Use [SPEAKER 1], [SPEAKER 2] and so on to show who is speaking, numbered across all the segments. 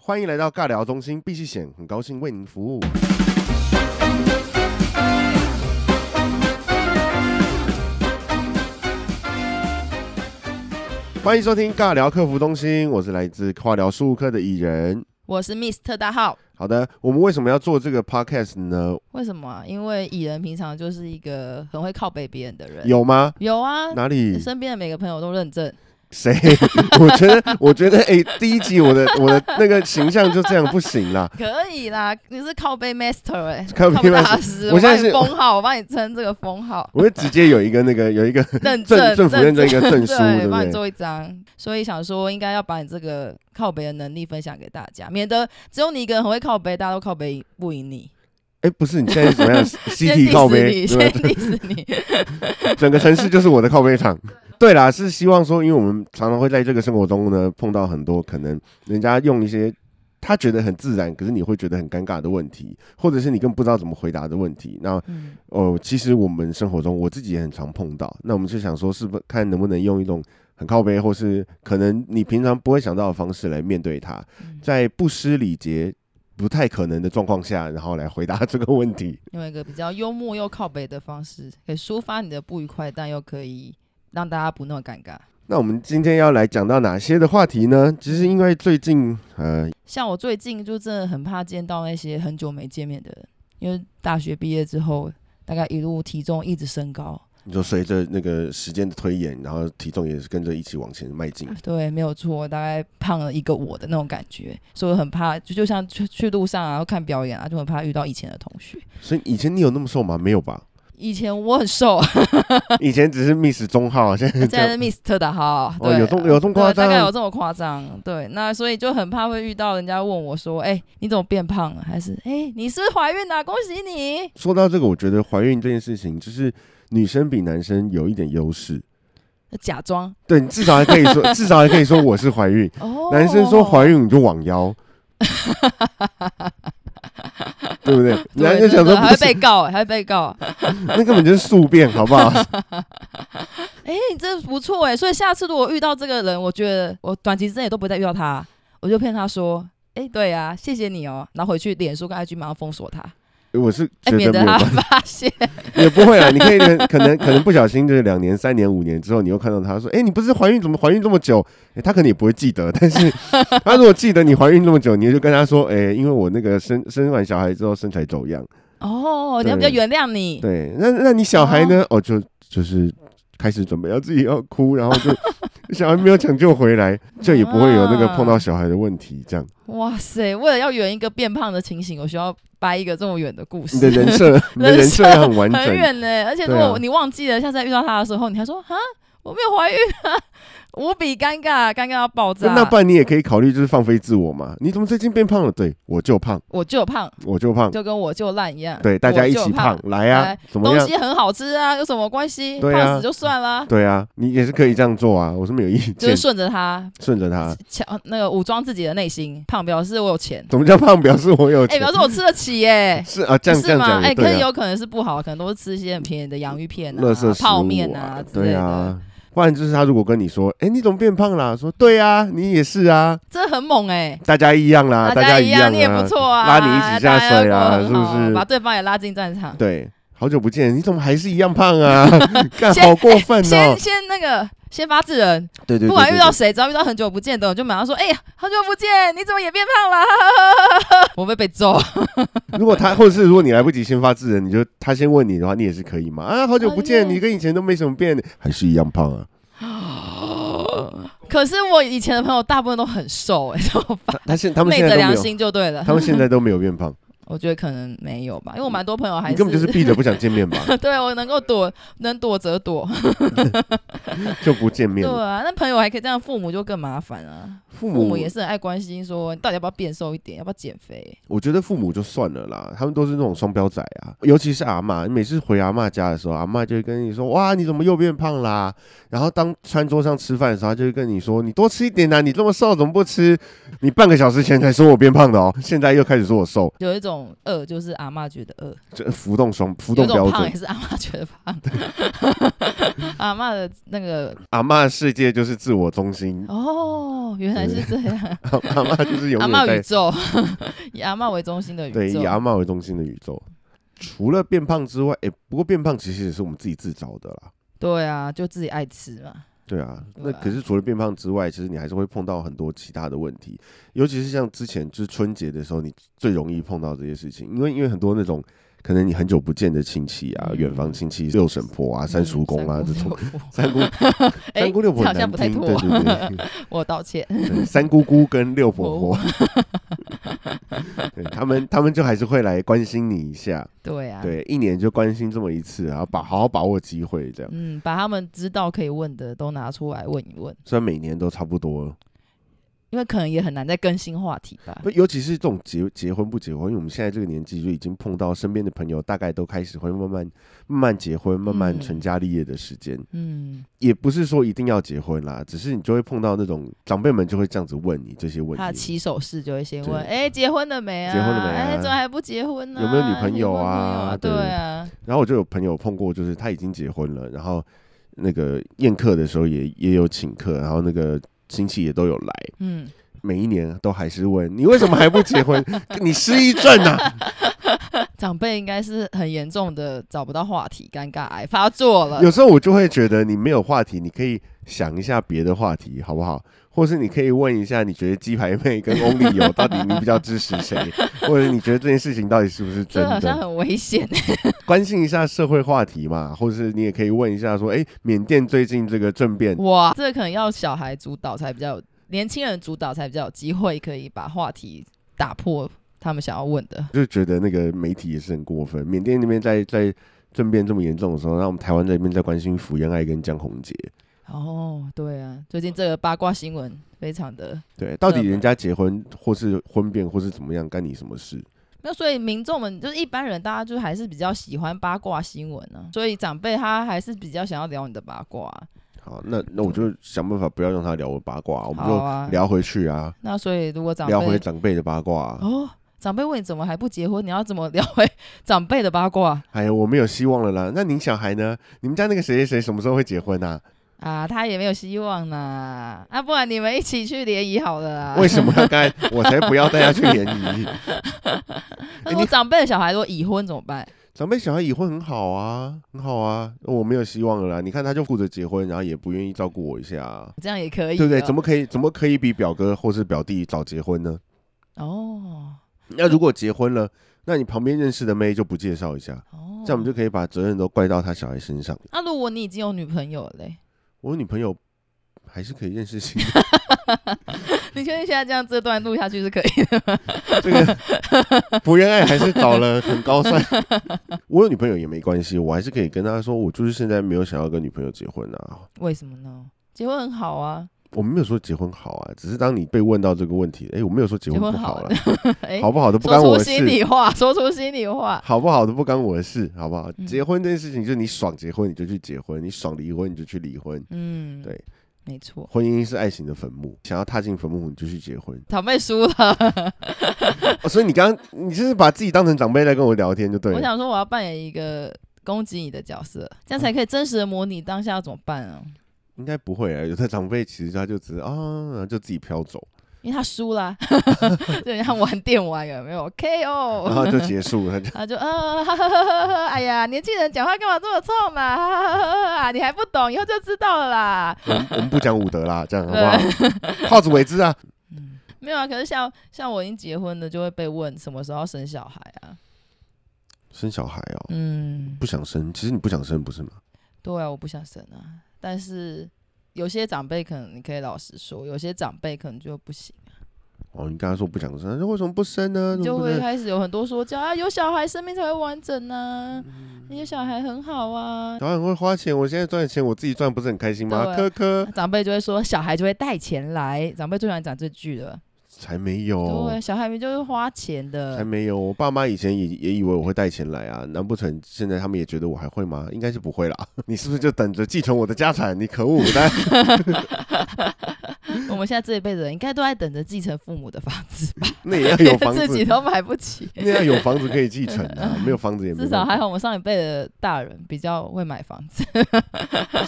[SPEAKER 1] 欢迎来到尬聊中心必须险，很高兴为您服务。欢迎收听尬聊客服中心，我是来自跨聊事务课的蚁人。
[SPEAKER 2] 我是 Miss 特大号。
[SPEAKER 1] 好的，我们为什么要做这个 podcast 呢？
[SPEAKER 2] 为什么啊、因为蚁人平常就是一个很会靠北别人的人。
[SPEAKER 1] 有吗？
[SPEAKER 2] 有啊，
[SPEAKER 1] 哪里？
[SPEAKER 2] 身边的每个朋友都认证。
[SPEAKER 1] 谁？ 我觉得，我觉得，哎、第一集我的我的那个形象就这样不行啦。
[SPEAKER 2] 可以啦，你是靠背 master 哎、
[SPEAKER 1] 靠背
[SPEAKER 2] 靠
[SPEAKER 1] master
[SPEAKER 2] 大师，
[SPEAKER 1] 我
[SPEAKER 2] 我
[SPEAKER 1] 现在
[SPEAKER 2] 帮
[SPEAKER 1] 是，
[SPEAKER 2] 你封号，我帮你称这个封号
[SPEAKER 1] 我会直接有一个那个有一个
[SPEAKER 2] 认
[SPEAKER 1] 政
[SPEAKER 2] 证
[SPEAKER 1] 政府认证一个证书，对
[SPEAKER 2] 对，
[SPEAKER 1] 不
[SPEAKER 2] 帮你
[SPEAKER 1] 对？
[SPEAKER 2] 做一张。所以想说，应该要把你这个靠北的能力分享给大家，免得只有你一个人很会靠北，大家都靠北不赢你。
[SPEAKER 1] 哎，不是，你现在是怎么 样？西
[SPEAKER 2] 先
[SPEAKER 1] 体靠
[SPEAKER 2] diss
[SPEAKER 1] 背，
[SPEAKER 2] 你，
[SPEAKER 1] 对
[SPEAKER 2] 先
[SPEAKER 1] 不对
[SPEAKER 2] diss 你。
[SPEAKER 1] 整个城市就是我的靠背场。对啦，是希望说，因为我们常常会在这个生活中呢碰到很多可能人家用一些他觉得很自然，可是你会觉得很尴尬的问题，或者是你更不知道怎么回答的问题。那
[SPEAKER 2] 嗯，
[SPEAKER 1] 哦，其实我们生活中我自己也很常碰到。那我们就想说，是不是看能不能用一种很靠背，或是可能你平常不会想到的方式来面对它，
[SPEAKER 2] 嗯
[SPEAKER 1] 在不失礼节、不太可能的状况下，然后来回答这个问题。
[SPEAKER 2] 用一个比较幽默又靠北的方式，可以抒发你的不愉快，但又可以让大家不那么尴尬。
[SPEAKER 1] 那我们今天要来讲到哪些的话题呢？其实因为最近呃，
[SPEAKER 2] 像我最近就真的很怕见到那些很久没见面的人，因为大学毕业之后，大概一路体重一直升高，
[SPEAKER 1] 你说随着那个时间的推演，然后体重也是跟着一起往前迈进。
[SPEAKER 2] 对，没有错，大概胖了一个我的那种感觉，所以我很怕，就就像去去路上啊，然后看表演啊，就很怕遇到以前的同学。
[SPEAKER 1] 所以以前你有那么瘦吗？没有 吧？
[SPEAKER 2] 以前我很瘦啊，
[SPEAKER 1] 以前只是 miss 中号，啊现 在
[SPEAKER 2] 现
[SPEAKER 1] 这
[SPEAKER 2] 在
[SPEAKER 1] 样
[SPEAKER 2] 是 Mr 的哈，
[SPEAKER 1] 哦
[SPEAKER 2] 对，
[SPEAKER 1] 有这么有这么夸张
[SPEAKER 2] 对大概有这么夸张，对，那所以就很怕会遇到人家问我说，哎、你怎么变胖了？还是哎、你是不是怀孕了、恭喜你！
[SPEAKER 1] 说到这个，我觉得怀孕这件事情，就是女生比男生有一点优势。
[SPEAKER 2] 假装
[SPEAKER 1] 对你至少还可以 说，至少还可以说我是怀孕。
[SPEAKER 2] 哦，
[SPEAKER 1] 男生说怀孕你就网 腰，对不对？
[SPEAKER 2] 对，
[SPEAKER 1] 男生想说
[SPEAKER 2] 真的还
[SPEAKER 1] 不
[SPEAKER 2] 会
[SPEAKER 1] 是，
[SPEAKER 2] 被告、还会被告。
[SPEAKER 1] 那根本就是宿便，好不好？
[SPEAKER 2] 哎、你这不错哎、所以下次如果遇到这个人，我觉得我短期之内也都不会再遇到他，我就骗他说，哎、对呀、谢谢你哦、然后回去脸书跟 IG 马上封锁他，
[SPEAKER 1] 我是
[SPEAKER 2] 哎、
[SPEAKER 1] 觉得没有
[SPEAKER 2] 免得他
[SPEAKER 1] 办法，
[SPEAKER 2] 发现。
[SPEAKER 1] 也不会啦。啊你可以可能可能不小心就是两年、三年、五年之后，你又看到他说：“哎，你不是怀孕怎么怀孕这么久？”哎，他可能也不会记得，但 是他如果记得你怀孕这么久，你就跟他说：“哎，因为我那个生生完小孩之后身材走样。”
[SPEAKER 2] 哦，人家比
[SPEAKER 1] 对
[SPEAKER 2] 较原谅你。
[SPEAKER 1] 对，那那你小孩呢？哦，就就是开始准备要自己要哭，然后就小孩没有抢救回来，就也不会有那个碰到小孩的问题。 这样，
[SPEAKER 2] 哇塞！为了要圆一个变胖的情形，我需要掰一个这么远的故
[SPEAKER 1] 你的
[SPEAKER 2] 事，
[SPEAKER 1] 人设，你的人设要很 完
[SPEAKER 2] 很
[SPEAKER 1] 整。
[SPEAKER 2] 远呢。而且如
[SPEAKER 1] 对啊
[SPEAKER 2] 果你忘记了，下次再遇到他的时候，你还说啊，我没有怀孕啊，无比尴尬，尴尬到爆炸。
[SPEAKER 1] 那半你也可以考虑就是放飞自我嘛。你怎么最近变胖了？对我就胖，
[SPEAKER 2] 我就胖，
[SPEAKER 1] 我就胖。
[SPEAKER 2] 就跟我就烂一样。
[SPEAKER 1] 嗯对，大家一
[SPEAKER 2] 我
[SPEAKER 1] 起
[SPEAKER 2] 就
[SPEAKER 1] 胖，，来啊
[SPEAKER 2] 来，
[SPEAKER 1] 怎么
[SPEAKER 2] 东
[SPEAKER 1] 样？
[SPEAKER 2] 西很好吃啊，有什么关系？
[SPEAKER 1] 对啊
[SPEAKER 2] 胖死就算啦，
[SPEAKER 1] 对啊，你也是可以这样做啊，我是没有意
[SPEAKER 2] 就是
[SPEAKER 1] 见。
[SPEAKER 2] 顺着他，
[SPEAKER 1] 顺着他，
[SPEAKER 2] 强那个武装自己的内心，胖表示我有钱，
[SPEAKER 1] 怎么叫胖？表示我有钱
[SPEAKER 2] 哎，表示我吃得起耶。
[SPEAKER 1] 是啊，这样这
[SPEAKER 2] 是
[SPEAKER 1] 样
[SPEAKER 2] 吗？
[SPEAKER 1] 讲也
[SPEAKER 2] 哎，可
[SPEAKER 1] 对
[SPEAKER 2] 是
[SPEAKER 1] 啊。
[SPEAKER 2] 有可能是不好，可能都是吃一些很便宜的洋芋片
[SPEAKER 1] 垃圾
[SPEAKER 2] 啊、
[SPEAKER 1] 食
[SPEAKER 2] 泡
[SPEAKER 1] 物
[SPEAKER 2] 面
[SPEAKER 1] 啊
[SPEAKER 2] 啊，之类
[SPEAKER 1] 对
[SPEAKER 2] 的。
[SPEAKER 1] 啊。不然就是他如果跟你说，哎、你怎么变胖啦？说对啊，你也是啊，
[SPEAKER 2] 这很猛哎、
[SPEAKER 1] 大家一样啦，
[SPEAKER 2] 家
[SPEAKER 1] 家
[SPEAKER 2] 一
[SPEAKER 1] 样啊，
[SPEAKER 2] 你也不错
[SPEAKER 1] 拉
[SPEAKER 2] 啊，
[SPEAKER 1] 你一起下水啊
[SPEAKER 2] 大家都过得很好
[SPEAKER 1] 是不是
[SPEAKER 2] 把对方也拉进战场。
[SPEAKER 1] 对，好久不见，你怎么还是一样胖啊？ 干
[SPEAKER 2] 先
[SPEAKER 1] 好过分哦、
[SPEAKER 2] 先先那个，先发制人，
[SPEAKER 1] 对对对
[SPEAKER 2] 不管遇
[SPEAKER 1] 对
[SPEAKER 2] 到
[SPEAKER 1] 对
[SPEAKER 2] 谁，只要遇到很久不见的，我就马上说：“哎、呀，好久不见，你怎么也变胖了？”我会被揍，好
[SPEAKER 1] 如果他或者是如果你来不及先发制人，你就他先问你的话，你也是可以嘛？啊，好久不
[SPEAKER 2] 哦
[SPEAKER 1] 见，
[SPEAKER 2] 对
[SPEAKER 1] 你跟以前都没什么变，还是一样胖啊？
[SPEAKER 2] 可是我以前的朋友大部分都很瘦、哎，怎么办？
[SPEAKER 1] 他他现 他们
[SPEAKER 2] 昧
[SPEAKER 1] 现
[SPEAKER 2] 着
[SPEAKER 1] 在都
[SPEAKER 2] 良
[SPEAKER 1] 没有，
[SPEAKER 2] 心就对了
[SPEAKER 1] 他。们现在都没 有变胖，
[SPEAKER 2] 我觉得可能没有吧，因为我蛮多朋友还
[SPEAKER 1] 你根本就是闭着不想见面吧，
[SPEAKER 2] 对我能够躲，能躲 则躲。
[SPEAKER 1] 就不见面
[SPEAKER 2] 对
[SPEAKER 1] 了。
[SPEAKER 2] 啊，那朋友还可以这样，父母就更麻烦啊。
[SPEAKER 1] 父
[SPEAKER 2] 父母也是很爱关心，说你到底要不要变瘦一点，要不要减肥？
[SPEAKER 1] 我觉得父母就算了啦，他们都是那种双标仔啊，尤其是阿嬷，你每次回阿嬷家的时候，阿嬷就会跟你说：“哇，你怎么又变胖啦？”然后当餐桌上吃饭的时候，她就会跟你说：“你多吃一点啊，你这么瘦怎么不吃？你半个小时前才说我变胖的哦，现在又开始说我瘦。
[SPEAKER 2] 有一种种饿就是阿嬷觉得饿，
[SPEAKER 1] 这浮动双浮
[SPEAKER 2] 有
[SPEAKER 1] 动
[SPEAKER 2] 种
[SPEAKER 1] 标
[SPEAKER 2] 胖也
[SPEAKER 1] 准。
[SPEAKER 2] 是阿嬷觉得胖。阿嬷的那个
[SPEAKER 1] 阿嬷的世界就是自我中心，
[SPEAKER 2] 哦，原来是这样，
[SPEAKER 1] 阿嬷就是永
[SPEAKER 2] 阿
[SPEAKER 1] 远
[SPEAKER 2] 嬷宇
[SPEAKER 1] 在
[SPEAKER 2] 宙，以阿嬷为中心的宇
[SPEAKER 1] 对以
[SPEAKER 2] 宙。
[SPEAKER 1] 阿嬷为中心的宇宙。除了变胖之外，哎、不过变胖其实也是我们自己自找的啦。
[SPEAKER 2] 对啊，就自己爱吃嘛。
[SPEAKER 1] 对啊，那
[SPEAKER 2] 对啊
[SPEAKER 1] 可是除了变胖之外，其实你还是会碰到很多其他的问题，尤其是像之前就是春节的时候，你最容易碰到这些事情，因为因为很多那种可能你很久不见的亲戚啊，
[SPEAKER 2] 嗯
[SPEAKER 1] 远房亲戚、六婶婆啊、三叔公啊
[SPEAKER 2] 嗯
[SPEAKER 1] 这种，，
[SPEAKER 2] 三
[SPEAKER 1] 三
[SPEAKER 2] 姑
[SPEAKER 1] 姑
[SPEAKER 2] 六
[SPEAKER 1] 三姑六婆很
[SPEAKER 2] 婆哎这好像
[SPEAKER 1] 难
[SPEAKER 2] 不太
[SPEAKER 1] 听，
[SPEAKER 2] 妥
[SPEAKER 1] 对对对
[SPEAKER 2] 我道歉。
[SPEAKER 1] 对，三姑姑跟六婆 婆，对他们他们就还是会来关心你一下，
[SPEAKER 2] 对啊，
[SPEAKER 1] 对，一年就关心这么一次，然后把好好把握机会，这样
[SPEAKER 2] 嗯，把他们知道可以问的都拿出来问一问，
[SPEAKER 1] 虽然每年都差不多，
[SPEAKER 2] 因为可能也很难再更新话题吧。
[SPEAKER 1] 不，尤其是这种结结婚不结婚，因为我们现在这个年纪就已经碰到身边的朋友，大概都开始会慢慢慢慢结婚，慢慢
[SPEAKER 2] 嗯
[SPEAKER 1] 成家立业的时间，
[SPEAKER 2] 嗯，
[SPEAKER 1] 也不是说一定要结婚啦，只是你就会碰到那种长辈们就会这样子问你这些问
[SPEAKER 2] 他的
[SPEAKER 1] 题。
[SPEAKER 2] 起手式就会先
[SPEAKER 1] 对
[SPEAKER 2] 问：“哎、结婚了没啊？
[SPEAKER 1] 结婚了没啊
[SPEAKER 2] 哎、怎么还不结婚呢、
[SPEAKER 1] 有没有女朋友
[SPEAKER 2] 啊
[SPEAKER 1] 啊？
[SPEAKER 2] 有没有朋友对啊，
[SPEAKER 1] 然后我就有朋友碰过，就是他已经结婚了，然后那个宴客的时候也也有请客，然后那个亲戚也都有来，
[SPEAKER 2] 嗯，
[SPEAKER 1] 每一年都还是问你为什么还不结 婚？你失忆症啊！
[SPEAKER 2] 长辈应该是很严重的找不到话题，尴尬癌发作了。
[SPEAKER 1] 有时候我就会觉得你没有话题，你可以想一下别的话题，好不好？或是你可以问一下，你觉得鸡排妹跟翁立友到底你比较支持 谁，或者你觉得这件事情到底是不是真
[SPEAKER 2] 这好像
[SPEAKER 1] 的？
[SPEAKER 2] 很危险、
[SPEAKER 1] 关心一下社会话题嘛，或是你也可以问一下说，哎、缅甸最近这个政变，
[SPEAKER 2] 哇，这个可能要小孩主导才比较有，年轻人主导才比较有机会可以把话题打破他们想要问的。
[SPEAKER 1] 就觉得那个媒体也是很过分。缅甸那边在在政变这么严重的时候，那我们台湾这边在关心福原爱跟江宏杰，
[SPEAKER 2] 哦，对啊，最近这个八卦新闻非常的，
[SPEAKER 1] 对，到底
[SPEAKER 2] 对
[SPEAKER 1] 人家结婚或是婚变或是怎么样，干你什么事？
[SPEAKER 2] 那所以民众们就是一般人，大家就还是比较喜欢八卦新闻呢、所以长辈他还是比较想要聊你的八卦、啊
[SPEAKER 1] 好，那那我就想办法不要让他聊我八卦，我们
[SPEAKER 2] 嗯好
[SPEAKER 1] 就
[SPEAKER 2] 啊，
[SPEAKER 1] 聊回去啊，
[SPEAKER 2] 那所以如果长
[SPEAKER 1] 聊回
[SPEAKER 2] 辈
[SPEAKER 1] 长辈的八卦、啊。
[SPEAKER 2] 哦，长辈问你怎么还不结婚，你要怎么聊回 长辈的八卦
[SPEAKER 1] 哎呀，我没有希望了啦。那您小孩呢？你们家那个谁谁谁什么时候会结婚啊？
[SPEAKER 2] 啊？他也没有希望啦，啊，不然你们一起去联谊好了啊啦。
[SPEAKER 1] 为什么要 该我才不要带他去联谊？
[SPEAKER 2] 那如果
[SPEAKER 1] 你
[SPEAKER 2] 长辈的小孩如果已婚怎么办？
[SPEAKER 1] 长辈小孩已婚很好啊，很好啊。我没有希望了啦。你看他就顾着结婚，然后也不愿意照顾我一下啊、
[SPEAKER 2] 这样也可以哦，
[SPEAKER 1] 对不对？怎么可以怎么可以比表哥或是表弟早结婚呢？
[SPEAKER 2] 哦
[SPEAKER 1] 那如果结婚了，那你旁边认识的妹就不介绍一下，
[SPEAKER 2] 哦，
[SPEAKER 1] 这样我们就可以把责任都怪到他小孩身上。
[SPEAKER 2] 那、如果你已经有女朋友了嘞，
[SPEAKER 1] 我女朋友还是可以认识新的，
[SPEAKER 2] 你确定现在这样这段录下去是可以的吗？
[SPEAKER 1] 这个 福原爱还是找了很高帅。我有女朋友也没关系，我还是可以跟她说，我就是现在没有想要跟女朋友结婚啊。
[SPEAKER 2] 为什么呢？结婚很好啊，
[SPEAKER 1] 我们没有说结婚好啊，只是当你被问到这个问题，哎，我没有说结
[SPEAKER 2] 结
[SPEAKER 1] 婚
[SPEAKER 2] 婚
[SPEAKER 1] 不
[SPEAKER 2] 好
[SPEAKER 1] 好了
[SPEAKER 2] 了，， 哎、
[SPEAKER 1] 好不好都不
[SPEAKER 2] 说
[SPEAKER 1] 干我
[SPEAKER 2] 出
[SPEAKER 1] 的
[SPEAKER 2] 心
[SPEAKER 1] 事，
[SPEAKER 2] 里话， 说出心里话。
[SPEAKER 1] 好不好都不干我的事，好不好？
[SPEAKER 2] 嗯
[SPEAKER 1] 结婚这件事情就是你爽结婚你就去结婚，你爽离婚你就去离婚，
[SPEAKER 2] 嗯，
[SPEAKER 1] 对，
[SPEAKER 2] 没错。
[SPEAKER 1] 婚姻是爱情的坟墓，想要踏进坟墓你就去结婚。
[SPEAKER 2] 长辈输了，
[SPEAKER 1] 哦所以你刚刚你就是把自己当成长辈在跟我聊天就对
[SPEAKER 2] 我
[SPEAKER 1] 了。
[SPEAKER 2] 想说我要扮演一个攻击你的角色，这样才可以真实的模拟当下要怎么办啊？
[SPEAKER 1] 应该不会啊，有的长辈其实他就只是啊，然后就自己飘走，
[SPEAKER 2] 因为他输了、 啊，就很像玩电玩有没有
[SPEAKER 1] 然后
[SPEAKER 2] ？KO，
[SPEAKER 1] 就结束 了。他就
[SPEAKER 2] 他就呃，哈哈哈哈哈，哎呀，年轻人讲话干嘛这么冲嘛？哈哈哈哈 哈，你还不懂，以后就知道了啦。
[SPEAKER 1] 我们我们不讲武德啦，这样好不好？好自为之啊！
[SPEAKER 2] 嗯，没有啊，可是像像我已经结婚了，就会被问什么时候要生小孩啊。
[SPEAKER 1] 生小孩哦，
[SPEAKER 2] 嗯，
[SPEAKER 1] 不想生，其实你不想生不是吗？
[SPEAKER 2] 对啊，我不想生啊，但是有些长辈可能你可以老实说，有些长辈可能就不行，
[SPEAKER 1] 哦，你刚才说不想生，那为什么不生呢？
[SPEAKER 2] 你
[SPEAKER 1] 怎
[SPEAKER 2] 就
[SPEAKER 1] 么不
[SPEAKER 2] 会
[SPEAKER 1] 生
[SPEAKER 2] 开始有很多说教啊，有小孩生命才会完整呢、
[SPEAKER 1] 嗯
[SPEAKER 2] 你有小孩很好啊。
[SPEAKER 1] 小孩很会花钱，我现在赚的钱我自己赚，不是很开心吗？
[SPEAKER 2] 对
[SPEAKER 1] 科科
[SPEAKER 2] 长辈就会说，小孩就会带钱来。长辈最喜欢讲这句了。
[SPEAKER 1] 才没有
[SPEAKER 2] 对，，小孩们就是花钱的。
[SPEAKER 1] 才没有。我爸妈以前也也以为我会带钱来啊，难不成现在他们也觉得我还会吗？应 该是不会啦。你是不是就等着继承我的家产？你可恶！但
[SPEAKER 2] 我们现在这一辈的人应该都在等着继承父母的房子吧，
[SPEAKER 1] 那也要有
[SPEAKER 2] 连
[SPEAKER 1] 房
[SPEAKER 2] 自己
[SPEAKER 1] 子，
[SPEAKER 2] 都买不起。
[SPEAKER 1] 那要有房子可以继承啊， 没有房子也没
[SPEAKER 2] 至
[SPEAKER 1] 办
[SPEAKER 2] 少还
[SPEAKER 1] 法。
[SPEAKER 2] 好，我们上一辈的大人比较会买房子。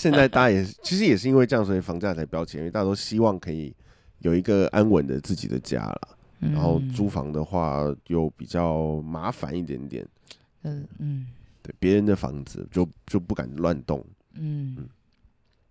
[SPEAKER 1] 现在大家也是其实也是因为这样，所以房价才飙起来，因为大家都希望可以有一个安稳的自己的家了。
[SPEAKER 2] 然
[SPEAKER 1] 然后租房的话又比较麻烦一点点，
[SPEAKER 2] 嗯嗯
[SPEAKER 1] 对别人的房子就就不敢乱动，
[SPEAKER 2] 嗯，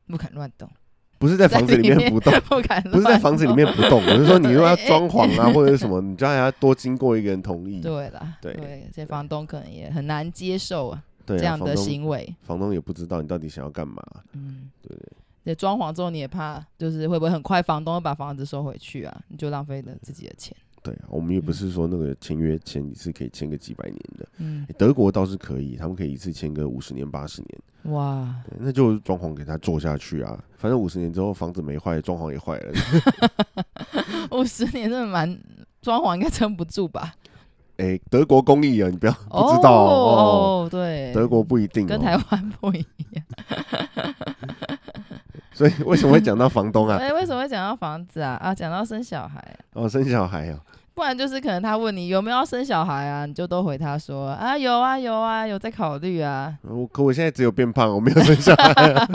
[SPEAKER 2] 不敢乱动，
[SPEAKER 1] 不是在房子里
[SPEAKER 2] 在
[SPEAKER 1] 面
[SPEAKER 2] 里面
[SPEAKER 1] 不动，
[SPEAKER 2] 不敢乱动。
[SPEAKER 1] 不是在房子里面不 动，我是说你如果要
[SPEAKER 2] 哎哎
[SPEAKER 1] 装潢 啊或者是什么，你就要多经过一个人同意，
[SPEAKER 2] 对啦，
[SPEAKER 1] 对
[SPEAKER 2] 对，这房东可能也很难接受啊
[SPEAKER 1] 对
[SPEAKER 2] 这
[SPEAKER 1] 啊，
[SPEAKER 2] 样的
[SPEAKER 1] 房东
[SPEAKER 2] 行为。
[SPEAKER 1] 房东也不知道你到底想要干嘛，
[SPEAKER 2] 嗯，
[SPEAKER 1] 对对。
[SPEAKER 2] 这装潢之后，你也怕，就是会不会很快房东会把房子收回去啊？你就浪费了自己的钱。
[SPEAKER 1] 对啊，我们也不是说那个签约签你是可以签个几百年的，
[SPEAKER 2] 嗯，
[SPEAKER 1] 诶德国倒是可以，他们可以一次签个五十年八十年，
[SPEAKER 2] 哇，
[SPEAKER 1] 对那就装潢给他做下去啊，反正五十年之后房子没坏，装潢也坏了，
[SPEAKER 2] 五十年真的蛮装潢应该撑不住吧？
[SPEAKER 1] 哎、德国工艺啊，你不要 不知道哦
[SPEAKER 2] 哦，对，
[SPEAKER 1] 德国不一定、哦，
[SPEAKER 2] 跟台湾不 一样。
[SPEAKER 1] 所以为什么会讲到房东 啊？
[SPEAKER 2] 哎，为什么会讲到房子啊？啊，讲到生小孩啊、
[SPEAKER 1] 哦，生小孩啊，
[SPEAKER 2] 不然就是可能他问你有没有要生小孩啊，你就都回他说啊有啊有啊有在考虑啊，
[SPEAKER 1] 我可我现在只有变胖，我没有生小孩。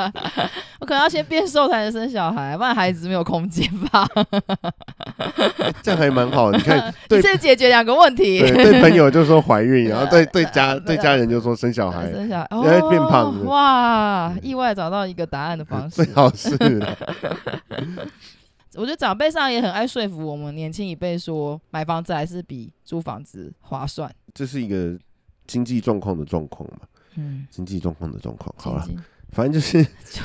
[SPEAKER 2] 我可能要先变瘦才能生小孩，不然孩子没有空间吧？
[SPEAKER 1] 这样还蛮好。你看， 对
[SPEAKER 2] 一次解决两个问题，
[SPEAKER 1] 对对，朋友就说怀孕，
[SPEAKER 2] 对啊
[SPEAKER 1] 然后 对对家
[SPEAKER 2] 对啊
[SPEAKER 1] 对啊家人就说生小孩，
[SPEAKER 2] 生小孩，
[SPEAKER 1] 因为变胖
[SPEAKER 2] 哦
[SPEAKER 1] 了
[SPEAKER 2] 哇，意外找到一个答案的方
[SPEAKER 1] 最
[SPEAKER 2] 式。
[SPEAKER 1] 好是啦
[SPEAKER 2] 我觉得长辈上也很爱说服我们年轻一辈说买房子还是比租房子划算。
[SPEAKER 1] 这是一个经济状况的状况嘛，
[SPEAKER 2] 嗯，
[SPEAKER 1] 经济状况的状况。好了，啊
[SPEAKER 2] 经济，
[SPEAKER 1] 反正就是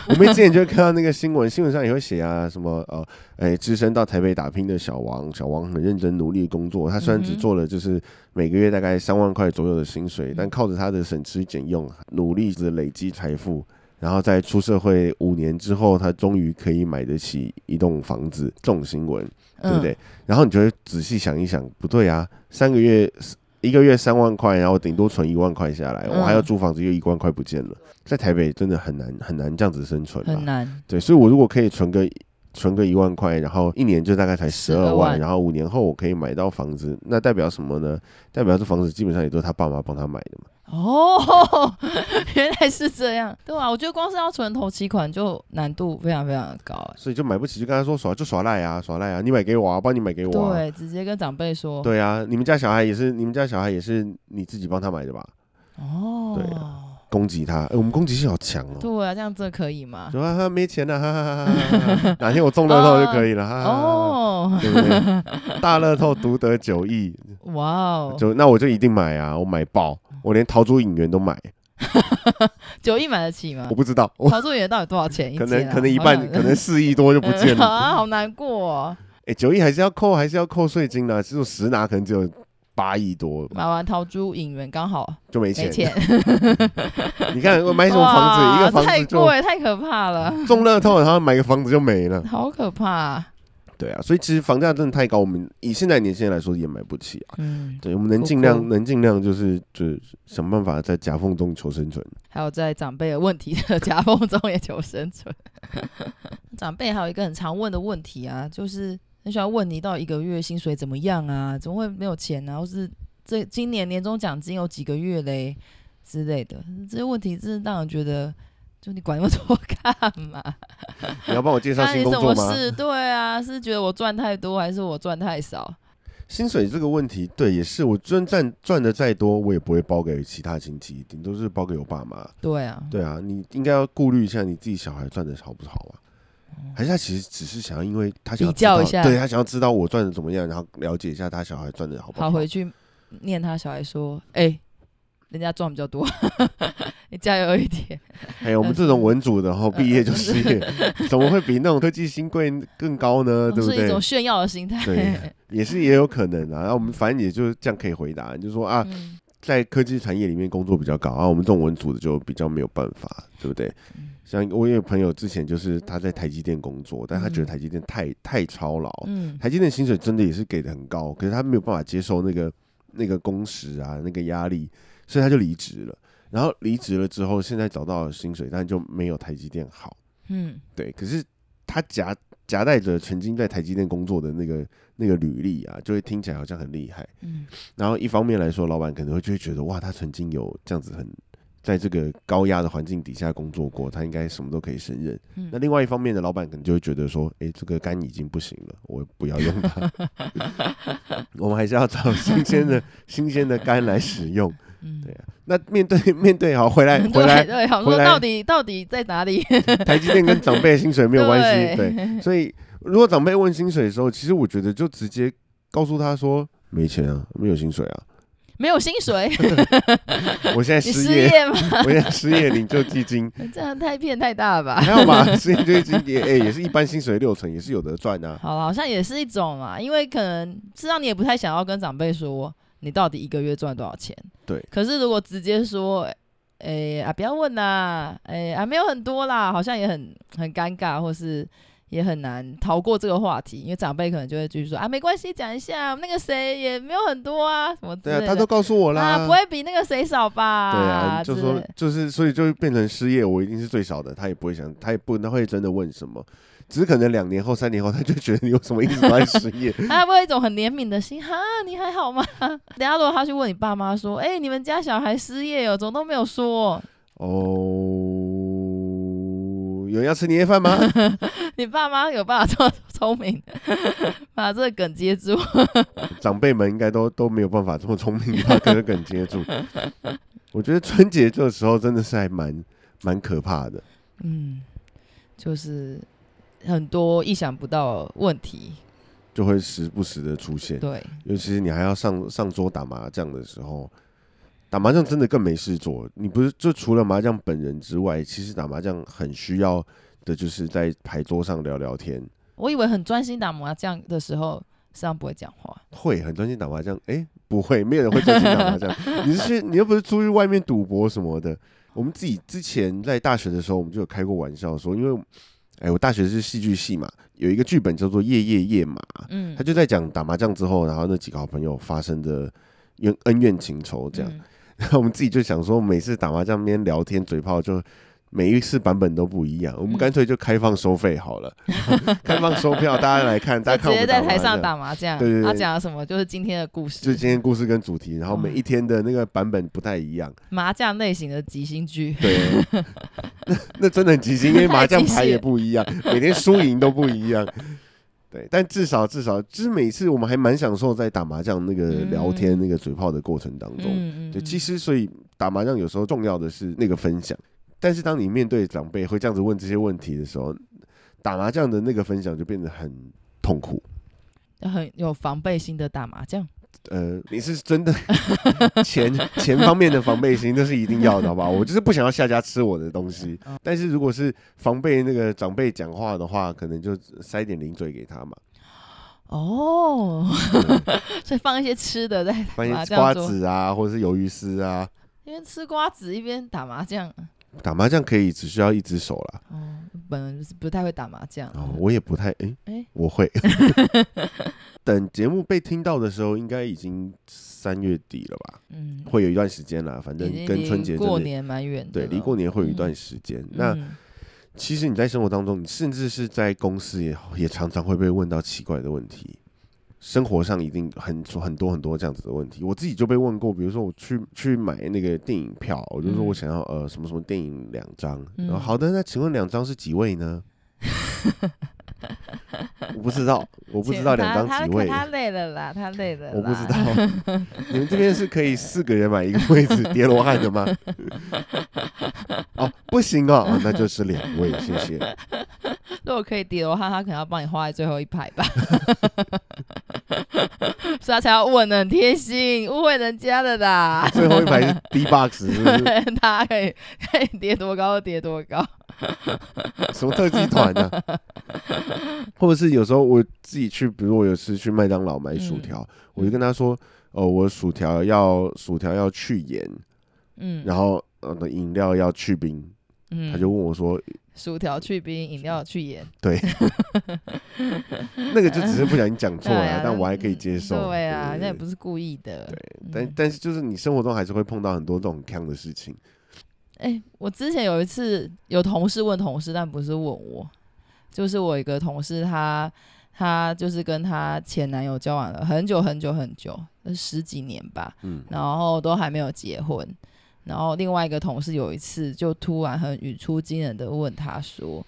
[SPEAKER 1] 我们之前就会看到那个新闻，新闻上也会写啊，什么呃，哎，只身到台北打拼的小王，小王很认真努力工作，他虽然只
[SPEAKER 2] 嗯哼
[SPEAKER 1] 做了就是每个月大概三万块左右的薪水，
[SPEAKER 2] 嗯
[SPEAKER 1] 但靠着他的省吃俭用，努力的累积财富。然后在出社会五年之后，他终于可以买得起一栋房子，这种新闻对
[SPEAKER 2] 嗯
[SPEAKER 1] 不对？然后你就会仔细想一想，不对啊，三个月一个月三万块，然后顶多存一万块下来，我还要
[SPEAKER 2] 嗯
[SPEAKER 1] 租房子，又一万块不见了，在台北真的很难很难这样子生存
[SPEAKER 2] 嗯？很
[SPEAKER 1] 啊。
[SPEAKER 2] 难。
[SPEAKER 1] 对，所以我如果可以存个存个一万块，然后一年就大概才十二
[SPEAKER 2] 12
[SPEAKER 1] 万，
[SPEAKER 2] 万
[SPEAKER 1] 然后五年后我可以买到房子，那代表什么呢？代表这房子基本上也都是他爸妈帮他买的嘛。
[SPEAKER 2] 哦， 原来是这样，对啊，我觉得光是要存头期款就难度非常非常的高、哎
[SPEAKER 1] 所以就买不起，就跟他说耍就耍赖啊，耍赖啊，你买给我啊，帮你买给我啊。
[SPEAKER 2] 对，直接跟长辈说，
[SPEAKER 1] 对啊，你们家小孩也是，你们家小孩也是你自己帮他买的吧？
[SPEAKER 2] 哦，
[SPEAKER 1] 对啊攻击他，哎，我们攻击性好强哦。
[SPEAKER 2] 对啊，这样这可以吗？
[SPEAKER 1] 说啊哈没钱了，哈哈哈哈哈 哈！哪天我中乐透就可以了，哈哈哈哈，
[SPEAKER 2] 哦，
[SPEAKER 1] 对不对？大乐透独得九亿，
[SPEAKER 2] 哇哦，
[SPEAKER 1] 就那我就一定买啊，我买爆，我连逃出影园都买，
[SPEAKER 2] 哦九亿买得起吗
[SPEAKER 1] 我？不知道，我
[SPEAKER 2] 陶住园到底多少钱一
[SPEAKER 1] 可
[SPEAKER 2] 间
[SPEAKER 1] 能
[SPEAKER 2] 啊
[SPEAKER 1] 可能一
[SPEAKER 2] 好
[SPEAKER 1] 半，
[SPEAKER 2] 想
[SPEAKER 1] 可能四亿多就不见了。
[SPEAKER 2] 啊，好难过、哦。
[SPEAKER 1] 哎，九亿还是要扣，还是要扣税金的，只有实拿可能只有八亿多
[SPEAKER 2] 买完陶珠影园刚好
[SPEAKER 1] 就没
[SPEAKER 2] 没
[SPEAKER 1] 钱。
[SPEAKER 2] 钱，
[SPEAKER 1] 你看我买
[SPEAKER 2] 买
[SPEAKER 1] 什么房子，一个房
[SPEAKER 2] 太
[SPEAKER 1] 子就
[SPEAKER 2] 贵，太可怕了，
[SPEAKER 1] 中乐透，然后买个房子就没了。
[SPEAKER 2] 好可怕、
[SPEAKER 1] 对啊，所以其实房价真的太高，我们以现在年轻人来说也买不起啊。
[SPEAKER 2] 嗯，
[SPEAKER 1] 对，我们能
[SPEAKER 2] 哭
[SPEAKER 1] 尽量
[SPEAKER 2] 哭
[SPEAKER 1] 能尽量就是就是想办法在夹缝中求生存。
[SPEAKER 2] 还有在长辈的问题的 夹缝中也求 生存。长辈还有一个很常问的问题啊，就是很喜欢问你到底一个月薪水怎么样啊，怎么会没有钱啊，或是这今年年终奖金有几个月嘞之类的，这些问题真是让人觉得，就你管那么多干嘛？
[SPEAKER 1] 你要帮我介 绍
[SPEAKER 2] 那
[SPEAKER 1] 新
[SPEAKER 2] 你
[SPEAKER 1] 工
[SPEAKER 2] 什
[SPEAKER 1] 作
[SPEAKER 2] 么
[SPEAKER 1] 吗？
[SPEAKER 2] 事？对啊，是觉得我赚太多还是我赚太少？
[SPEAKER 1] 薪水这个问题，对，也是我真赚赚的再多，我也不会包给其他亲戚，顶多是包给我爸妈。
[SPEAKER 2] 对啊，
[SPEAKER 1] 对啊，你应该要顾虑一下你自己小孩赚的好不好啊？还是他其实只是想要，因为他想要
[SPEAKER 2] 比
[SPEAKER 1] 知道
[SPEAKER 2] 较一下
[SPEAKER 1] 对他想要知道我赚的怎么样，然后了解一下他小孩赚的好不
[SPEAKER 2] 好
[SPEAKER 1] 好。
[SPEAKER 2] 回去念他小孩说，哎、人家赚比较多， 你加油一点。
[SPEAKER 1] 哎，
[SPEAKER 2] 呃
[SPEAKER 1] 我们这种文组的，然后毕业就失业， 怎么会比那种科技新贵更高呢？呃对不
[SPEAKER 2] 是一
[SPEAKER 1] 对
[SPEAKER 2] 种？炫耀的心态。
[SPEAKER 1] 对也是也有可能啊。然后我们反正也就是这样可以回答，就说啊，
[SPEAKER 2] 嗯
[SPEAKER 1] 在科技产业里面工作比较高啊，我们这种文组的就比较没有办法，对不对
[SPEAKER 2] 嗯？
[SPEAKER 1] 像我也有朋友之前就是他在台积电工作，但他觉得
[SPEAKER 2] 嗯
[SPEAKER 1] 台积电太太操劳，
[SPEAKER 2] 嗯，
[SPEAKER 1] 台积电薪水真的也是给的很高，可是他没有办法接受那个那个工时啊，那个压力，所以他就离职了。然后离职了之后，现在找到了薪水，但就没有台积电好。
[SPEAKER 2] 嗯，
[SPEAKER 1] 对，可是他夹夹带着曾经在台积电工作的那个那个履历啊，就会听起来好像很厉害。
[SPEAKER 2] 嗯，
[SPEAKER 1] 然后一方面来说，老板可能会就会觉得哇，他曾经有这样子很在这个高压的环境底下工作过，他应该什么都可以胜任。
[SPEAKER 2] 嗯
[SPEAKER 1] 那另外一方面的老板可能就会觉得说，诶，这个肝已经不行了，我不要用它， 我们还是要找新鲜的新鲜的肝来使用。
[SPEAKER 2] 嗯
[SPEAKER 1] 对，啊，那面对面对好回来回
[SPEAKER 2] 对
[SPEAKER 1] 来，
[SPEAKER 2] 对，想
[SPEAKER 1] 回
[SPEAKER 2] 说
[SPEAKER 1] 来
[SPEAKER 2] 到底到底在哪里？
[SPEAKER 1] 台积电跟长辈的薪水没有关系，
[SPEAKER 2] 对
[SPEAKER 1] 对，所以如果长辈问薪水的时候，其实我觉得就直接告诉他说没钱啊，没有薪水啊，
[SPEAKER 2] 没有薪水，
[SPEAKER 1] 我现在
[SPEAKER 2] 你
[SPEAKER 1] 失
[SPEAKER 2] 失
[SPEAKER 1] 业，
[SPEAKER 2] 业吗？
[SPEAKER 1] 我现在失业领救基金，
[SPEAKER 2] 这样太骗太大了吧？
[SPEAKER 1] 还好吧，失业救济金也、诶也是一般薪水六成，也是有得赚啊。
[SPEAKER 2] 好了，好像也是一种嘛，因为可能知道你也不太想要跟长辈说你到底一个月赚多少钱。
[SPEAKER 1] 对
[SPEAKER 2] 可是如果直接说，哎、啊，不要问啦，哎、啊，没有很多啦，好像也很很尴尬，或是也很难逃过这个话题，因为长辈可能就会继续说啊，没关系，讲一下，那个谁也没有很多啊，什么之
[SPEAKER 1] 对
[SPEAKER 2] 类
[SPEAKER 1] 啊，
[SPEAKER 2] 的。
[SPEAKER 1] 他都告诉我啦，
[SPEAKER 2] 啊，不会比那个谁少吧？
[SPEAKER 1] 对啊，就
[SPEAKER 2] 之
[SPEAKER 1] 说
[SPEAKER 2] 类
[SPEAKER 1] 就是，所以就变成失业，我一定是最少的，他也不会想，他也不他会真的问什么，只是可能两年后、三年后，他就觉得你为什么一直都在失业，
[SPEAKER 2] 他会有一种很怜悯的心，哈，你还好吗？ 等下如果他去问你爸妈说，哎、你们家小孩失业哦，怎么都没有说，
[SPEAKER 1] 哦，有人要吃年夜饭吗？
[SPEAKER 2] 你爸妈有办法这么聪明， 把这个梗接住？
[SPEAKER 1] 长辈们应该都都没有办法这么聪明把这个梗接住。我觉得春节这个时候真的是还蛮蛮可怕的。
[SPEAKER 2] 嗯，就是很多意想不到的问题，
[SPEAKER 1] 就会时不时的出现，
[SPEAKER 2] 对，
[SPEAKER 1] 尤其是你还要上上桌打麻将的时候，打麻将真的更没事做。你不是就除了麻将本人之外，其实打麻将很需要的就是在牌桌上聊聊天，
[SPEAKER 2] 我以为很专心打麻将的时候，实际上不会讲话，
[SPEAKER 1] 会很专心打麻将？诶，不会，没有人会专心打麻 将。你是去，你又不是出去外面赌博什么的。我们自己之前在大学的时候，我们就有开过玩笑说，因为，诶，我大学是戏剧系嘛，有一个剧本叫做《夜夜夜马》，
[SPEAKER 2] 嗯
[SPEAKER 1] 啊他，就在讲打麻将之后，然后那几个好朋友发生的冤恩怨情仇这样。
[SPEAKER 2] 嗯
[SPEAKER 1] 然后我们自己就想说，每次打麻将边聊天嘴炮就。每一次版本都不一样，我们
[SPEAKER 2] 嗯
[SPEAKER 1] 干脆就开放收费好了， 开放收票，大家来看，大
[SPEAKER 2] 就
[SPEAKER 1] 家看
[SPEAKER 2] 直
[SPEAKER 1] 我
[SPEAKER 2] 接
[SPEAKER 1] 们
[SPEAKER 2] 在
[SPEAKER 1] 麻
[SPEAKER 2] 台上
[SPEAKER 1] 将
[SPEAKER 2] 打麻将，
[SPEAKER 1] 对对对
[SPEAKER 2] 他讲了什么就是今天的故
[SPEAKER 1] 就是
[SPEAKER 2] 事，
[SPEAKER 1] 今天故事跟主题，然后每
[SPEAKER 2] 嗯
[SPEAKER 1] 一天的那个版本不太一 样。
[SPEAKER 2] 麻将类型的即兴剧，
[SPEAKER 1] 对，那 那真的很急性，因为麻将
[SPEAKER 2] 太极
[SPEAKER 1] 牌
[SPEAKER 2] 限
[SPEAKER 1] 也不一 样，每天输赢都不一样。对，但至少至少，就是每次我们还蛮享受在打麻将那个聊天、
[SPEAKER 2] 嗯
[SPEAKER 1] 那个嘴炮的过程当中。
[SPEAKER 2] 嗯
[SPEAKER 1] 对，其实所以打麻将有时候重要的是那个分享，但是当你面对长辈会这样子问这些问题的时候，打麻将的那个分享就变得很痛苦。
[SPEAKER 2] 很有防备心的打麻将。
[SPEAKER 1] 呃，你是真的 钱钱方面的防备心，那是一定要的，好不好？我就是不想要下家吃我的东西。
[SPEAKER 2] 嗯
[SPEAKER 1] 但是如果是防备那个长辈讲话的话，可能就塞点零嘴给他嘛，
[SPEAKER 2] 哦， 所以放一些吃的在
[SPEAKER 1] 放一
[SPEAKER 2] 麻
[SPEAKER 1] 些
[SPEAKER 2] 将
[SPEAKER 1] 瓜
[SPEAKER 2] 桌
[SPEAKER 1] 子啊，或者是鱿鱼丝啊。
[SPEAKER 2] 一边吃瓜子一边打麻将。
[SPEAKER 1] 打麻将可以只需要一只手啦。
[SPEAKER 2] 哦，本人就是不太会打麻将。
[SPEAKER 1] 哦，我也不太诶，
[SPEAKER 2] 诶
[SPEAKER 1] 我 会。等节目被听到的时候，应该已经三月底了吧？
[SPEAKER 2] 嗯，
[SPEAKER 1] 会有一段时间啦，反正
[SPEAKER 2] 已经
[SPEAKER 1] 跟春节
[SPEAKER 2] 离
[SPEAKER 1] 真
[SPEAKER 2] 过
[SPEAKER 1] 的
[SPEAKER 2] 年蛮远的
[SPEAKER 1] 对，
[SPEAKER 2] 了，
[SPEAKER 1] 离过年会有一段时间。那
[SPEAKER 2] 嗯
[SPEAKER 1] 其实你在生活当中，你甚至是在公司也也常常会被问到奇怪的问题。生活上一定很很多很多这样子的问题，我自己就被问过。比如说我去去买那个电影票，我就说
[SPEAKER 2] 嗯
[SPEAKER 1] 我想要呃什么什么电影两张，
[SPEAKER 2] 嗯
[SPEAKER 1] 然后好的，那请问两张是几位呢？我不知 道，我不知道两
[SPEAKER 2] 他
[SPEAKER 1] 张几位，
[SPEAKER 2] 他他累了啦，他累了，
[SPEAKER 1] 我不知。道。你们这边是可以四个人买一个位置叠罗汉 的吗？哦，不行哦，哦那就是两位，谢谢。
[SPEAKER 2] 如果可以叠的话，他可能要帮你画在最后一排吧， 所以他才要问的很贴心，误会人家的啦。
[SPEAKER 1] 最后一排是 D box，是不是
[SPEAKER 2] 他可以可以叠多高就叠多高。
[SPEAKER 1] 什么特技团呢、或者是有时候我自己去，比如我有次去麦当劳买薯条，
[SPEAKER 2] 嗯
[SPEAKER 1] 我就跟他说，哦，我薯条要薯条要去盐，
[SPEAKER 2] 嗯，
[SPEAKER 1] 然后呃饮料要去冰，
[SPEAKER 2] 嗯
[SPEAKER 1] 他就问我说，
[SPEAKER 2] 薯条去冰，饮料去盐，
[SPEAKER 1] 那个就只是不小心讲错
[SPEAKER 2] 对啊
[SPEAKER 1] 了，但我还可以接受。
[SPEAKER 2] 对啊，那
[SPEAKER 1] 对
[SPEAKER 2] 也不是嗯故意的。对
[SPEAKER 1] 但但是就是你生活中还是会碰到很多这种坑的事情，
[SPEAKER 2] 哎、我之前有一次有同事问同事，但不是问我，就是我一个同事她，她就是跟她前男友交往了很久很久很久，呃十几年吧，
[SPEAKER 1] 嗯
[SPEAKER 2] 然后都还没有结婚。然后另外一个同事有一次就突然很语出惊人的问她说：“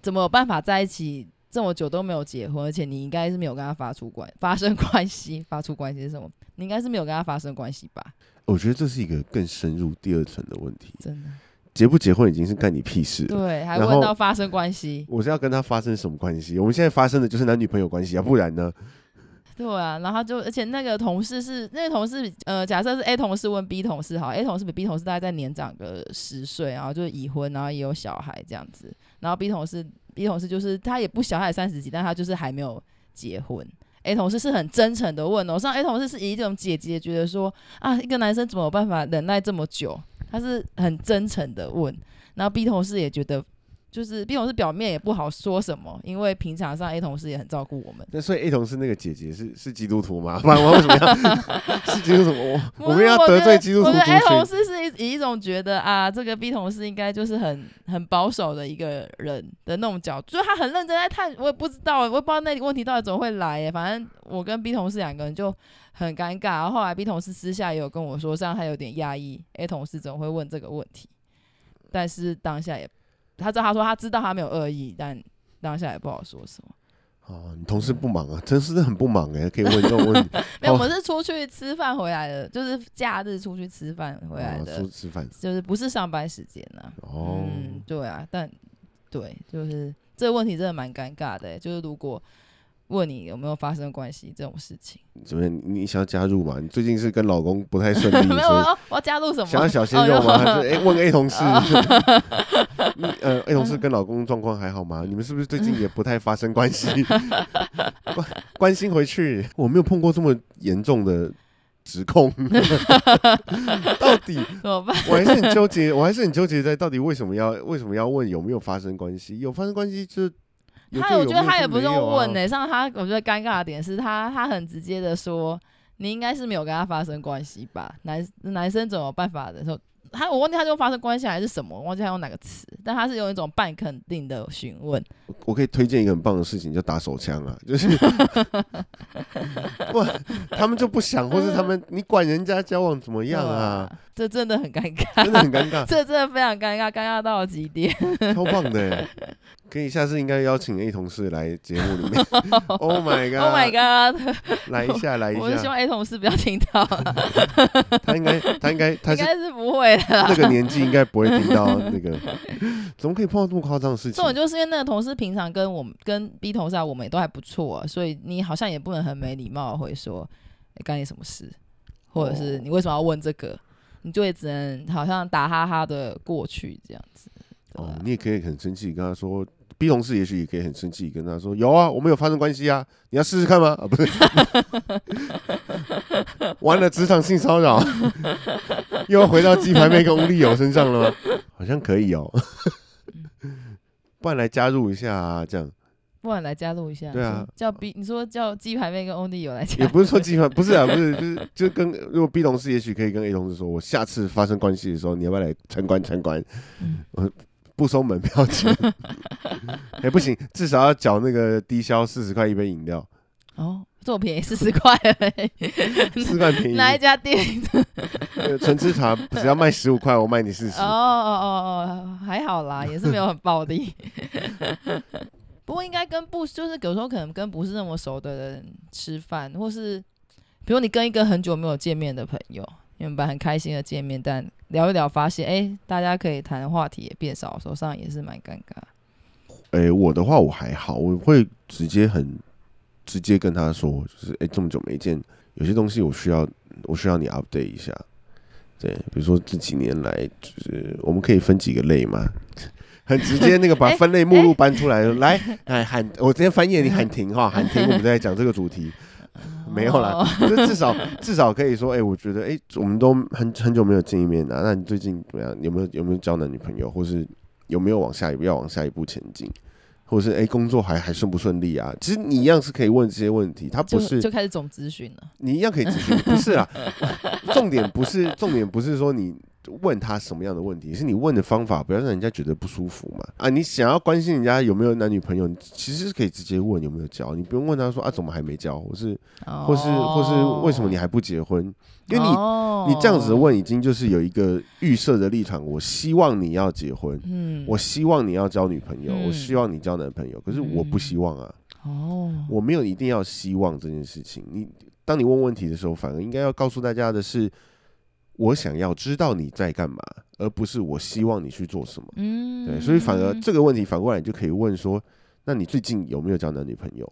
[SPEAKER 2] 怎么有办法在一起这么久都没有结婚？而且你应该是没有跟他发出关发生关系，发出关系是什么？你应该是没有跟他发生关系吧？
[SPEAKER 1] 我觉得这是一个更深入第二层的问题，
[SPEAKER 2] 真的
[SPEAKER 1] 结不结婚已经是干你屁事了。
[SPEAKER 2] 对，还
[SPEAKER 1] 然
[SPEAKER 2] 问
[SPEAKER 1] 后
[SPEAKER 2] 到发生关系，
[SPEAKER 1] 我是要跟他发生什么关系？我们现在发生的就是男女朋友关系啊，不然
[SPEAKER 2] 嗯
[SPEAKER 1] 呢？
[SPEAKER 2] 对啊，然后就而且那个同事是那个同事，呃，假设是 A 同事问 B 同事好，A 同事比 B 同事大概再年长个十岁，然后就是已婚，然后也有小孩这样子，然后 B 同事 B 同事就是他也不小，他也三十几，但他就是还没有结婚。A 同事是很真诚的问哦，像 A 同事是以一种姐姐觉得说啊，一个男生怎么有办法忍耐这么久？他是很真诚的问，然后 B 同事也觉得。就是 B 同事表面也不好说什么，因为平常上 A 同事也很照顾我们。
[SPEAKER 1] 那所以 A 同事那个姐姐是是基督徒吗？不 然我为什么要是基督徒？我我们要得罪基督徒
[SPEAKER 2] 我
[SPEAKER 1] 族
[SPEAKER 2] 觉得 A 同
[SPEAKER 1] 群？哦
[SPEAKER 2] 事是一以一种觉得啊，这个 B 同事应该就是很很保守的一个人的那种角度，就是他很认真在探，我也不知道，我也不知道那问题到底怎么会来耶。反正我跟 B 同事两个人就很尴尬。然后后来 B 同事私下也有跟我说，这样他有点压抑，A 同事怎么会问这个问题？但是当下也，他知道他说他知道他没有恶意，但当下也不好说什么。
[SPEAKER 1] 哦，你同事不忙啊，真是很不忙哎、可以问这种问题。
[SPEAKER 2] 没有，
[SPEAKER 1] 哦
[SPEAKER 2] 我们是出去吃饭回来的，就是假日出去吃饭回来
[SPEAKER 1] 哦，
[SPEAKER 2] 的。
[SPEAKER 1] 出吃饭
[SPEAKER 2] 就是不是上班时间啊。
[SPEAKER 1] 哦，
[SPEAKER 2] 嗯，对啊，但对，就是这个问题真的蛮尴尬的欸、就是如果问你有没有发生关系这种事情，
[SPEAKER 1] 怎么样？你你想要加入嘛？你最近是跟老公不太顺利，
[SPEAKER 2] 没有，啊我
[SPEAKER 1] 所以
[SPEAKER 2] 要我要加入什么？
[SPEAKER 1] 想要小鲜
[SPEAKER 2] 哦
[SPEAKER 1] 肉吗？
[SPEAKER 2] 有哦
[SPEAKER 1] 还是哎、问 A 同 事， 你呃，A 同事跟老公状况还好
[SPEAKER 2] 嗯
[SPEAKER 1] 吗？你们是不是最近也不太发生关系？ 关关心回去，我没有碰过这么严重的指 控，到底
[SPEAKER 2] 怎么办？
[SPEAKER 1] 我还是很纠结，我还是很纠结在到底为什么要为什么要问有没有发生关系？有发生关系就有
[SPEAKER 2] 他
[SPEAKER 1] 就
[SPEAKER 2] 我
[SPEAKER 1] 有
[SPEAKER 2] 觉得
[SPEAKER 1] 没有
[SPEAKER 2] 他
[SPEAKER 1] 就
[SPEAKER 2] 也不
[SPEAKER 1] 没有
[SPEAKER 2] 用
[SPEAKER 1] 啊
[SPEAKER 2] 问呢、欸像他我觉得尴尬的点是他他很直接的说，你应该是没有跟他发生关系吧？男男生总有办法的时候。他我忘记他用发生关系还是什么，我忘记他用哪个词，但他是用一种半肯定的询问，
[SPEAKER 1] 我可以推荐一个很棒的事情，叫打手枪 啊，就是不，他们就不想，或是他们你管人家交往怎么样啊，
[SPEAKER 2] 对，这真的很尴尬。
[SPEAKER 1] 真的很尴 尬，
[SPEAKER 2] 这真的非常尴尬，尴尬到了 极点。
[SPEAKER 1] 超棒的耶。可以下次应该邀请 A 同事来节目里 面，Oh my god，,
[SPEAKER 2] Oh my god！
[SPEAKER 1] 来一下来一
[SPEAKER 2] 我是希
[SPEAKER 1] 下，
[SPEAKER 2] 望 A 同事不要听 到啦，
[SPEAKER 1] 他应 该他应该他
[SPEAKER 2] 应
[SPEAKER 1] 是
[SPEAKER 2] 该是不会的啦。
[SPEAKER 1] 那个年纪应该不会听到那个，怎么可以碰到这么夸张的事情
[SPEAKER 2] 重？点就是因为那个同事平常跟我们跟 B 同事啊，我们也都还不错、啊，所以你好像也不能很没礼貌的回说，诶干、你什么事，或者是
[SPEAKER 1] 哦
[SPEAKER 2] 你为什么要问这个，你就也只能好像打哈哈的过去这样子。对
[SPEAKER 1] 哦
[SPEAKER 2] 啊，
[SPEAKER 1] 你也可以很生气跟他说。B 同事也许也可以很生气，跟他说：“有啊，我们有发生关系啊，你要试试看吗？”啊，不是，完了，职场性骚扰，又要回到鸡排妹跟吴丽友身上了吗？好像可以哦， 不然来加入一下啊，这样
[SPEAKER 2] 不然来加入一下，
[SPEAKER 1] 对啊
[SPEAKER 2] 叫 B，你说叫鸡排妹跟 Only 有来加
[SPEAKER 1] 也
[SPEAKER 2] 入，
[SPEAKER 1] 不是说鸡排，不是啊，不是，就是就跟如果 B 同事也许可以跟 A 同事说：“我下次发生关系的时候，你要不要来参观参观？”
[SPEAKER 2] 嗯
[SPEAKER 1] 不收门票 钱，哎、不行，至少要缴那个低消四十块一杯饮料，
[SPEAKER 2] 哦，这么便宜四十块而已，
[SPEAKER 1] 四块 便宜。
[SPEAKER 2] 哪一家店
[SPEAKER 1] 呃纯吃茶只要卖十五块，我卖你四十
[SPEAKER 2] 哦。哦哦哦，还好 啦，也是没有很暴力。不过应该跟不就是有时候可能跟不是那么熟的人吃饭，或是比如你跟一个很久没有见面的朋友，你们本来很开心的见面，但聊一聊发现，哎、大家可以谈的话题也变少，手上也是蛮尴尬。
[SPEAKER 1] 哎、我的话我还好，我会直接很直接跟他说，就是哎、这么久没见，有些东西我需要我需要你 update 一下。对，比如说这几年来，就是我们可以分几个类嘛， 很直接那个把
[SPEAKER 2] 哎
[SPEAKER 1] 分类目录搬出来，来哎喊我直接翻页，你喊停哈，喊停，我们再讲这个主题。没有啦
[SPEAKER 2] 哦，
[SPEAKER 1] 就至少至少可以说，哎、我觉得，哎、我们都很很久没有见一面了、那你最近怎么样？有没有有没有交男女朋友，或是有没有往下一步要往下一步前进，或者是哎、工作还还顺不顺利啊？其实你一样是可以问这些问题，他不
[SPEAKER 2] 就是就开始总咨询了。
[SPEAKER 1] 你一样可以咨询，不是啦。重点不是重点不是说你问他什么样的问题，是你问的方法不要让人家觉得不舒服嘛。啊，你想要关心人家有没有男女朋友，你其实是可以直接问有没有交，你不用问他说啊怎么还没交，或是或是或是为什么你还不结婚，因为你
[SPEAKER 2] 哦
[SPEAKER 1] 你这样子，问，已经就是有一个预设的立场。我希望你要结婚，
[SPEAKER 2] 嗯，
[SPEAKER 1] 我希望你要交女朋友，
[SPEAKER 2] 嗯
[SPEAKER 1] 我希望你交男朋友。可是我不希望啊，
[SPEAKER 2] 哦，
[SPEAKER 1] 我没有一定要希望这件事情。你当你问问题的时候，反而应该要告诉大家的是，我想要知道你在干嘛，而不是我希望你去做什么。
[SPEAKER 2] 嗯，
[SPEAKER 1] 对，所以反而这个问题反过来你就可以问说，那你最近有没有交男女朋友？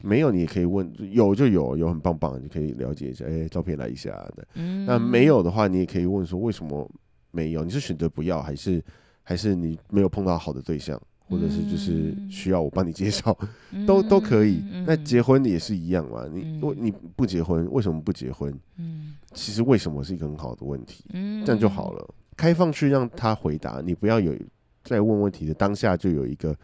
[SPEAKER 1] 没有，你也可以问，有就有，有很棒棒，你可以了解一下，哎、照片来一下的。
[SPEAKER 2] 嗯
[SPEAKER 1] 那没有的话，你也可以问说为什么没有？你是选择不要，还是还是你没有碰到好的对象，或者是就是
[SPEAKER 2] 嗯
[SPEAKER 1] 需要我帮你介绍，都都可以
[SPEAKER 2] 嗯嗯。
[SPEAKER 1] 那
[SPEAKER 2] 嗯
[SPEAKER 1] 结婚也是一样嘛，你
[SPEAKER 2] 嗯
[SPEAKER 1] 为你不结婚，为什么不结婚？
[SPEAKER 2] 嗯
[SPEAKER 1] 其实为什么是一个很好的问题，
[SPEAKER 2] 嗯，
[SPEAKER 1] 这样就好了。开放去让他回答，你不要有在问问题的当下就有一个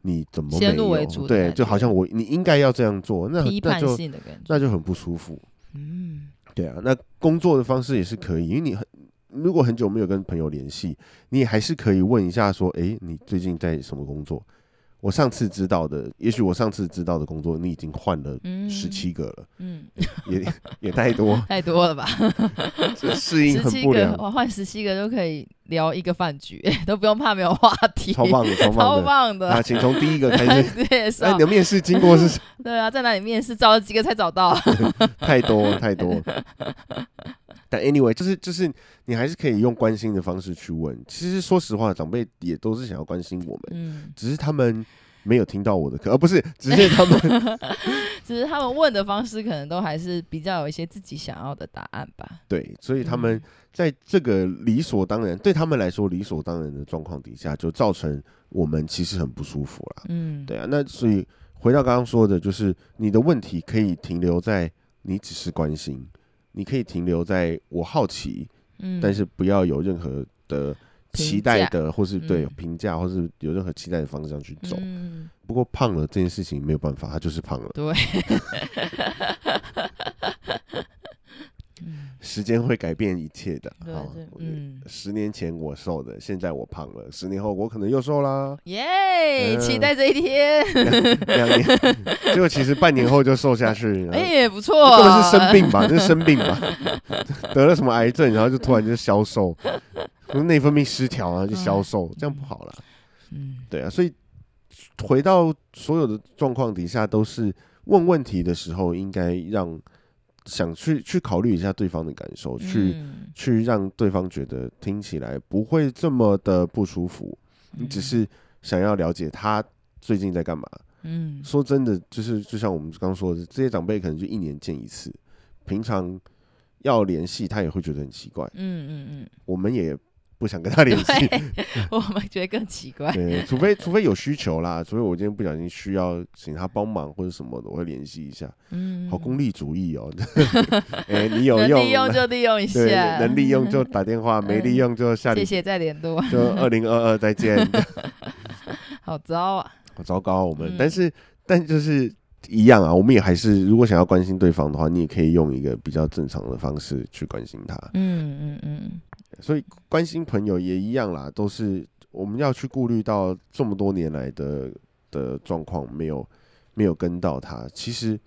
[SPEAKER 1] 你怎么
[SPEAKER 2] 先
[SPEAKER 1] 没
[SPEAKER 2] 入为
[SPEAKER 1] 有
[SPEAKER 2] 主？的
[SPEAKER 1] 对，
[SPEAKER 2] 感
[SPEAKER 1] 就
[SPEAKER 2] 觉
[SPEAKER 1] 好像我你应该要这样做，那
[SPEAKER 2] 嗯批
[SPEAKER 1] 那
[SPEAKER 2] 判
[SPEAKER 1] 就
[SPEAKER 2] 性的感觉，
[SPEAKER 1] 那就很不舒服。
[SPEAKER 2] 嗯
[SPEAKER 1] 对啊，那工作的方式也是可以，因为你很如果很久没有跟朋友联系，你也还是可以问一下说，诶，你最近在什么工作？我上次知道的，也许我上次知道的工作，你已经换了
[SPEAKER 2] 嗯，
[SPEAKER 1] 十，七个了，
[SPEAKER 2] 嗯，
[SPEAKER 1] 也 也太多，
[SPEAKER 2] 太多了吧？
[SPEAKER 1] 这适应
[SPEAKER 2] 十
[SPEAKER 1] 很
[SPEAKER 2] 七
[SPEAKER 1] 不
[SPEAKER 2] 个，
[SPEAKER 1] 良，
[SPEAKER 2] 哇，换十七个都可以聊一个饭局， 都不用怕没有话题，
[SPEAKER 1] 超棒的，超棒
[SPEAKER 2] 超
[SPEAKER 1] 的。
[SPEAKER 2] 棒的
[SPEAKER 1] 那，请从第一个开始。
[SPEAKER 2] 介
[SPEAKER 1] 哎，
[SPEAKER 2] 绍
[SPEAKER 1] 你，的面试经过是
[SPEAKER 2] 对啊，在哪里面试，找了几个才 找到，
[SPEAKER 1] 太多太多。但 anyway，就是就是你还是可以用关心的方式去问。其实说实话，长辈也都是想要关心我们。
[SPEAKER 2] 嗯，
[SPEAKER 1] 只是他们没有听到我的课，而、呃不是，只是他们
[SPEAKER 2] 只是他们问的方式可能都还是比较有一些自己想要的答案吧。
[SPEAKER 1] 对，所以他们在这个理所当然，对他们来说理所当然的状况底下，就造成我们其实很不舒服啦。
[SPEAKER 2] 嗯，嗯，
[SPEAKER 1] 对啊，那所以回到刚刚说的，就是你的问题可以停留在你只是关心，你可以停留在我好奇，
[SPEAKER 2] 嗯，
[SPEAKER 1] 但是不要有任何的期待的，或是对
[SPEAKER 2] 嗯
[SPEAKER 1] 评价，或是有任何期待的方向去走。
[SPEAKER 2] 嗯，
[SPEAKER 1] 不过胖了这件事情没有办法，他就是胖了。
[SPEAKER 2] 对，
[SPEAKER 1] 时间会改变一切的。
[SPEAKER 2] 嗯对
[SPEAKER 1] 好
[SPEAKER 2] 对，
[SPEAKER 1] 我
[SPEAKER 2] 嗯，。
[SPEAKER 1] 十年前我瘦的，现在我胖了，十年后我可能又瘦啦
[SPEAKER 2] 耶，
[SPEAKER 1] 嗯
[SPEAKER 2] 期待这一天，
[SPEAKER 1] 两 年， 结果其实半年后就瘦下去，然后
[SPEAKER 2] 哎，不
[SPEAKER 1] 这
[SPEAKER 2] 错，
[SPEAKER 1] 嗯根本是生病吧？这是生病吧？得了什么癌症，然后就突然就消瘦，什么内分泌失调啊，就消瘦，这样不好啦。
[SPEAKER 2] 嗯，
[SPEAKER 1] 对啊，所以回到所有的状况底下，都是问问题的时候，应该让想去去考虑一下对方的感受，去。
[SPEAKER 2] 嗯
[SPEAKER 1] 去让对方觉得听起来不会这么的不舒服。你只是想要了解他最近在干嘛。
[SPEAKER 2] 嗯
[SPEAKER 1] 说真的，就是就像我们刚说的，这些长辈可能就一年见一次，平常要联系他也会觉得很奇怪，
[SPEAKER 2] 嗯 嗯
[SPEAKER 1] 我们也不想跟他联
[SPEAKER 2] 嗯，
[SPEAKER 1] 系。
[SPEAKER 2] 对， 我们觉得更奇怪，
[SPEAKER 1] 对，除非除非有需求啦，除非我今天不小心需要请他帮忙或者什么的，我会联系一下。
[SPEAKER 2] 嗯，
[SPEAKER 1] 好功利主义 哦，哎、你有
[SPEAKER 2] 能
[SPEAKER 1] 用，
[SPEAKER 2] 利用就利用一
[SPEAKER 1] 对，
[SPEAKER 2] 下，
[SPEAKER 1] 能利 用就打电话，没利用就下礼
[SPEAKER 2] 谢谢再联络，
[SPEAKER 1] 就二零二二再 见，
[SPEAKER 2] 好糟啊，
[SPEAKER 1] 好糟糕我们。
[SPEAKER 2] 嗯
[SPEAKER 1] 但是但就是一样啊，我们也还是如果想要关心对方的话，你也可以用一个比较正常的方式去关心他。
[SPEAKER 2] 嗯嗯嗯，
[SPEAKER 1] 所以关心朋友也一样啦，都是我们要去顾虑到这么多年来的的状况没有没有跟到他，其实。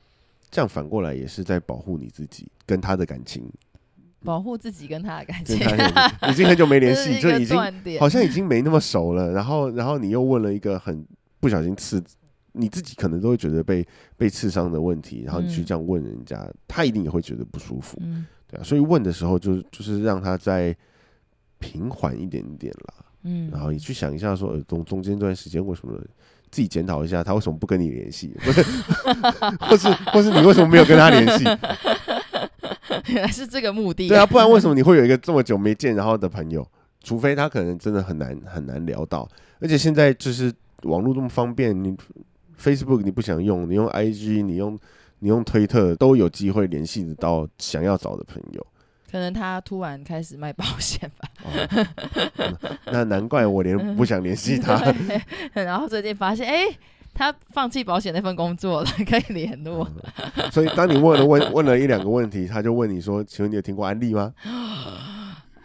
[SPEAKER 1] 这样反过来也是在保护你自己跟他的感情，
[SPEAKER 2] 保护自己跟他的感
[SPEAKER 1] 跟
[SPEAKER 2] 情，
[SPEAKER 1] 他的已经很久没联
[SPEAKER 2] 这是
[SPEAKER 1] 系，
[SPEAKER 2] 一
[SPEAKER 1] 就
[SPEAKER 2] 个
[SPEAKER 1] 已经
[SPEAKER 2] 断点，
[SPEAKER 1] 好像已经没那么熟了。 然后，然后你又问了一个很不小心刺，你自己可能都会觉得被被刺伤的问题，然后你去
[SPEAKER 2] 嗯
[SPEAKER 1] 这样问人家，他一定也会觉得不舒服，
[SPEAKER 2] 嗯
[SPEAKER 1] 对啊。所以问的时候就就是让他再平缓一点点啦，
[SPEAKER 2] 嗯，
[SPEAKER 1] 然后你去想一下说，呃中中间这段时间为什么？自己检讨一下，他为什么不跟你联系？ 不是，或是或是你为什么没有跟他联系？
[SPEAKER 2] 原来 是这个目的，
[SPEAKER 1] 对啊，，不然为什么你会有一个这么久没见然后的朋友？除非他可能真的很难很难聊到，而且现在就是网络这么方便，你 Facebook 你不想用，你用 IG，你用你用推特都有机会联系得到想要找的朋友。
[SPEAKER 2] 可能他突然开始卖保险 吧，
[SPEAKER 1] 哦、那难怪我连不想联系 他。
[SPEAKER 2] 对然后最近发现，哎、他放弃保险那份工作了， 可以联络。
[SPEAKER 1] 所以当你问了问问了一两个问题，他就问你说：“请问你有听过安利吗？”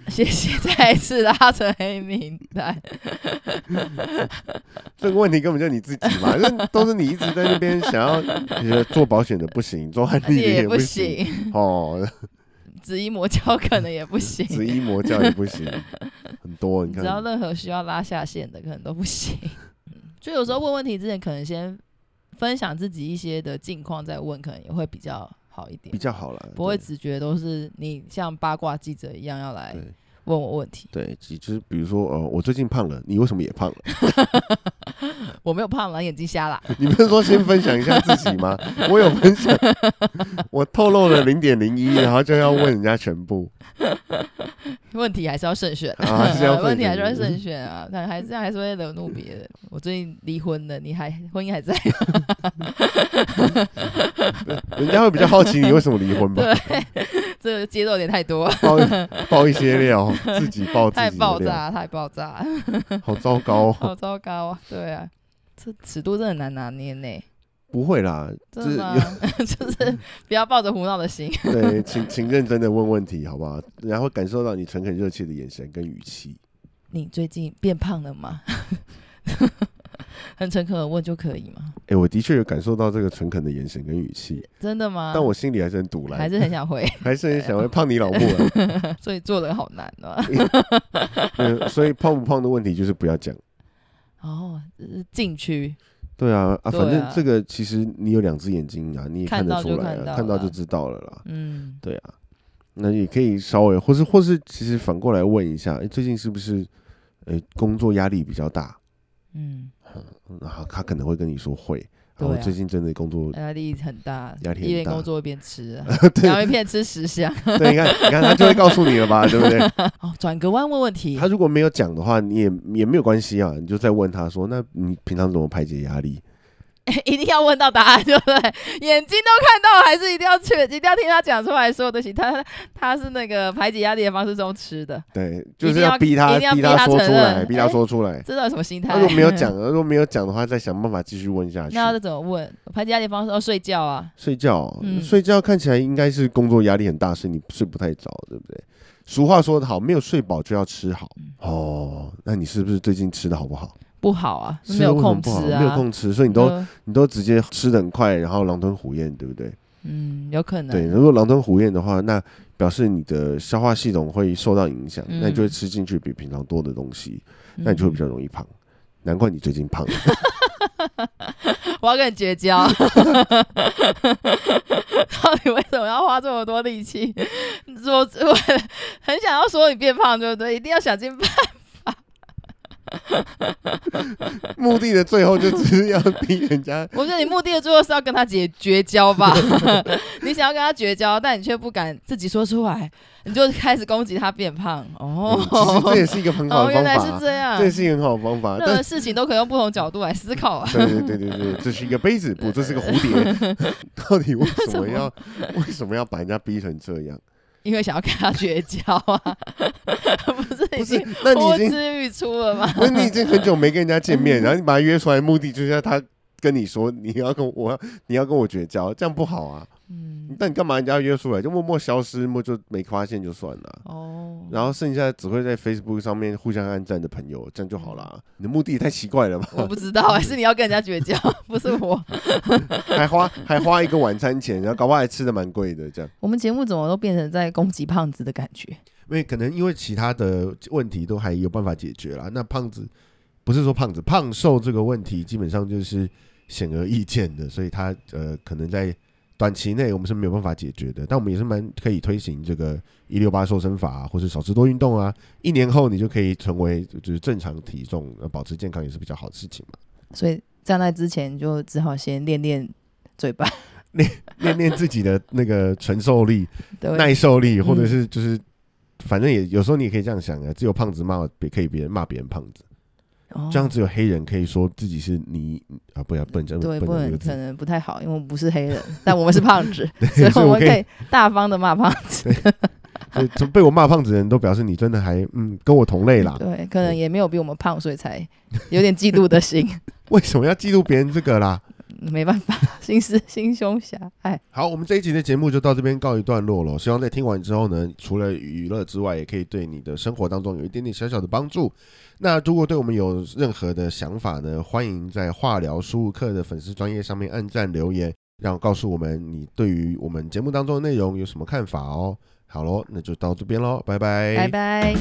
[SPEAKER 2] 谢谢，再一次拉成黑名 单。
[SPEAKER 1] 这个问题根本就你自己嘛，这都是你一直在那边想要呃做保险的不行，做案例的
[SPEAKER 2] 也
[SPEAKER 1] 不
[SPEAKER 2] 不行，
[SPEAKER 1] 哦，
[SPEAKER 2] 紫衣魔教可能也不行，
[SPEAKER 1] 紫衣魔教也不行，很多你
[SPEAKER 2] 只要
[SPEAKER 1] 看，
[SPEAKER 2] 任何需要拉下线的，可能都不行。就有时候问问题之前，可能先分享自己一些的近况再问，可能也会比较好一点
[SPEAKER 1] 比，较好了，
[SPEAKER 2] 不会
[SPEAKER 1] 对
[SPEAKER 2] 只觉得都是你像八卦记者一样要来
[SPEAKER 1] 对
[SPEAKER 2] 问我问题。
[SPEAKER 1] 对，其就是比如说呃，我最近胖了，你为什么也胖了？
[SPEAKER 2] 我没有胖了，眼睛瞎了。
[SPEAKER 1] 你不是说先分享一下自己吗？我有分享， 我透露了零点零一，然后就要问人家全部。
[SPEAKER 2] 问题还是要慎选，
[SPEAKER 1] 啊还 是要
[SPEAKER 2] 问题还
[SPEAKER 1] 慎选
[SPEAKER 2] 是要慎选啊，但还是这样还是会惹怒别人。我最近离婚了，你还婚姻还在？
[SPEAKER 1] 人家会比较好奇你为什么离婚吧？
[SPEAKER 2] 这个揭露有点太多，
[SPEAKER 1] 爆爆一些料，自己爆自己
[SPEAKER 2] 太
[SPEAKER 1] 的
[SPEAKER 2] 爆
[SPEAKER 1] 料，
[SPEAKER 2] 炸，太爆炸，
[SPEAKER 1] 好糟糕哦、
[SPEAKER 2] 好糟糕啊！对啊，这尺度真的很难拿捏呢。
[SPEAKER 1] 不会啦，
[SPEAKER 2] 真的吗？ 就是不要抱着胡闹的心。
[SPEAKER 1] 对，请请认真的问问题，好不好？然后感受到你诚恳热切的眼神跟语气。
[SPEAKER 2] 你最近变胖了吗？ 很诚恳的问就可以吗？
[SPEAKER 1] 哎、我的确有感受到这个诚恳的眼神跟语气，
[SPEAKER 2] 真的吗？
[SPEAKER 1] 但我心里还是很堵
[SPEAKER 2] 啊还
[SPEAKER 1] 然，
[SPEAKER 2] 是很想回，
[SPEAKER 1] 还是很想会胖你老婆、啊
[SPEAKER 2] 所以做人好难哦。
[SPEAKER 1] 嗯所以胖不胖的问题就是不要讲。
[SPEAKER 2] 哦，这是禁区，
[SPEAKER 1] 对啊，啊，
[SPEAKER 2] 对啊
[SPEAKER 1] 反正这个其实你有两只眼睛啊，你也看得出来啊，看到
[SPEAKER 2] 看到就看到了
[SPEAKER 1] 就知道了啦。
[SPEAKER 2] 嗯，
[SPEAKER 1] 对啊，那也可以稍微，或是或是，其实反过来问一下，诶哎最近是不是，呃，工作压力比较大？
[SPEAKER 2] 嗯，
[SPEAKER 1] 然后他可能会跟你说会，
[SPEAKER 2] 对
[SPEAKER 1] 然后
[SPEAKER 2] 啊
[SPEAKER 1] 最近真的工作，
[SPEAKER 2] 压力很大，
[SPEAKER 1] 压力很大
[SPEAKER 2] 一边工作一边吃、啊，
[SPEAKER 1] 对
[SPEAKER 2] 然后一边吃十箱。
[SPEAKER 1] 对，你看，你看，他就会告诉你了吧，对不对？
[SPEAKER 2] 哦，转个弯问问题
[SPEAKER 1] 他，如果没有讲的话，你也也没有关系啊，你就再问他说，那你平常怎么排解压力？
[SPEAKER 2] 一定要问到答案，对不对？眼睛都看到，还是一定要去，一定要听他讲出来说的行。他他是那个排解压力的方式中 吃的，
[SPEAKER 1] 对，就是
[SPEAKER 2] 一定要
[SPEAKER 1] 逼他
[SPEAKER 2] 一定要
[SPEAKER 1] 逼
[SPEAKER 2] 逼他
[SPEAKER 1] 说
[SPEAKER 2] 承
[SPEAKER 1] 出来，
[SPEAKER 2] 认哎
[SPEAKER 1] 逼他
[SPEAKER 2] 诶
[SPEAKER 1] 说出来。
[SPEAKER 2] 这到底什么心态？
[SPEAKER 1] 他如 果没有讲，如果没有讲的话，再想办法继续问下去
[SPEAKER 2] 那。要怎么问？排解压力方式哦，睡觉啊，
[SPEAKER 1] 睡觉，
[SPEAKER 2] 嗯
[SPEAKER 1] 睡觉看起来应该是工作压力很大，所以你睡不太着，对不对？俗话说得好，没有睡饱就要吃好。
[SPEAKER 2] 嗯
[SPEAKER 1] 哦，那你是不是最近吃的好不好？
[SPEAKER 2] 不好啊，
[SPEAKER 1] 是
[SPEAKER 2] 没有
[SPEAKER 1] 为什么
[SPEAKER 2] 空
[SPEAKER 1] 不
[SPEAKER 2] 吃
[SPEAKER 1] 好
[SPEAKER 2] 啊，
[SPEAKER 1] 没有空吃，所以你都
[SPEAKER 2] 就
[SPEAKER 1] 你都直接吃的很快，然后狼吞虎咽，对不对？
[SPEAKER 2] 嗯，有可能
[SPEAKER 1] 对，如果狼吞虎咽的话，那表示你的消化系统会受到影响，
[SPEAKER 2] 嗯
[SPEAKER 1] 那你就会吃进去比平常多的东西，
[SPEAKER 2] 嗯
[SPEAKER 1] 那你就会比较容易胖。难怪你最近胖，
[SPEAKER 2] 我要跟你绝交。 到底为什么要花这么多力气？ 我我很想要说你变胖，对不对？一定要想尽办法。
[SPEAKER 1] 目的的最后就只是要逼人家
[SPEAKER 2] 我觉得你目的的最后是要跟他解绝交吧？ 你想要跟他绝交，但你却不敢自己说出来，你就开始攻击他变胖。
[SPEAKER 1] 嗯其实这
[SPEAKER 2] 哦，
[SPEAKER 1] 也是一个很好
[SPEAKER 2] 哦，
[SPEAKER 1] 的方
[SPEAKER 2] 原
[SPEAKER 1] 法
[SPEAKER 2] 来
[SPEAKER 1] 啊、
[SPEAKER 2] 是这样
[SPEAKER 1] 这。也是一个很好的方法。
[SPEAKER 2] 任
[SPEAKER 1] 但
[SPEAKER 2] 何事情都可以用不同角度来思考啊。
[SPEAKER 1] 对对对对对，这是一个杯子， 不，这是个蝴蝶。 到底为什么要为什么要把人家逼成这样？
[SPEAKER 2] 因为想要跟他绝交啊， 不是
[SPEAKER 1] 不
[SPEAKER 2] 已
[SPEAKER 1] 是
[SPEAKER 2] 经，
[SPEAKER 1] 那你
[SPEAKER 2] 呼
[SPEAKER 1] 已经，
[SPEAKER 2] 之欲出了吗？
[SPEAKER 1] 那你已经很久没跟人家见面， 然后你把他约出来，目的就是要他跟你说你要跟我你要跟我绝交，这样不好啊。
[SPEAKER 2] 嗯，
[SPEAKER 1] 那你干嘛人家约出来就默默消失，默就没发现就算了。啊
[SPEAKER 2] 哦，
[SPEAKER 1] 然后剩下只会在 Facebook 上面互相暗赞的朋友，这样就好啦。你的目的也太奇怪 了吧？
[SPEAKER 2] 我不知道啊，是你要跟人家绝交，不是我。
[SPEAKER 1] 还花还花一个晚餐钱，然后搞不好还吃的蛮贵的，这样。
[SPEAKER 2] 我们节目怎么都变成在攻击胖子的感觉？
[SPEAKER 1] 因为可能因为其他的问题都还有办法解决啦。那胖子不是说胖子胖瘦这个问题，基本上就是显而易见的，所以他呃可能在短期内我们是没有办法解决的，但我们也是蛮可以推行这个一六八瘦身法、啊、或是少吃多运动啊。一年后你就可以成为就是正常体重，呃保持健康也是比较好的事情嘛。
[SPEAKER 2] 所以在那之前就只好先练练嘴巴，
[SPEAKER 1] 练练自己的那个承受力、
[SPEAKER 2] 对，
[SPEAKER 1] 耐受力，或者
[SPEAKER 2] 嗯
[SPEAKER 1] 是就是。反正也有时候你也可以这样想啊，只有胖子骂别可以别人骂别人胖子，
[SPEAKER 2] 哦
[SPEAKER 1] 这样只有黑人可以说自己是你啊，不要不能这样，
[SPEAKER 2] 对，
[SPEAKER 1] 不
[SPEAKER 2] 不
[SPEAKER 1] 能这
[SPEAKER 2] 能
[SPEAKER 1] 个
[SPEAKER 2] 可
[SPEAKER 1] 字。
[SPEAKER 2] 能不太好，因为我们不是黑人，但我们是胖子，所以
[SPEAKER 1] 所以
[SPEAKER 2] 我
[SPEAKER 1] 我可
[SPEAKER 2] 们
[SPEAKER 1] 以
[SPEAKER 2] 可以大方的骂胖子。
[SPEAKER 1] 所以就被我骂胖子的人都表示你真的还嗯跟我同类啦。
[SPEAKER 2] 对，可能也没有比我们胖，所以才有点嫉妒的心。
[SPEAKER 1] 为什么要嫉妒别人这个啦？
[SPEAKER 2] 没办法，心思心胸狭隘。
[SPEAKER 1] 好，我们这一集的节目就到这边告一段落了。希望在听完之后呢，除了娱乐之外，也可以对你的生活当中有一点点小小的帮助。那如果对我们有任何的想法呢，欢迎在化疗输入课的粉丝专业上面按赞留言，让我告诉我们你对于我们节目当中的内容有什么看法哦。好喽，那就到这边喽，拜拜，
[SPEAKER 2] 拜拜。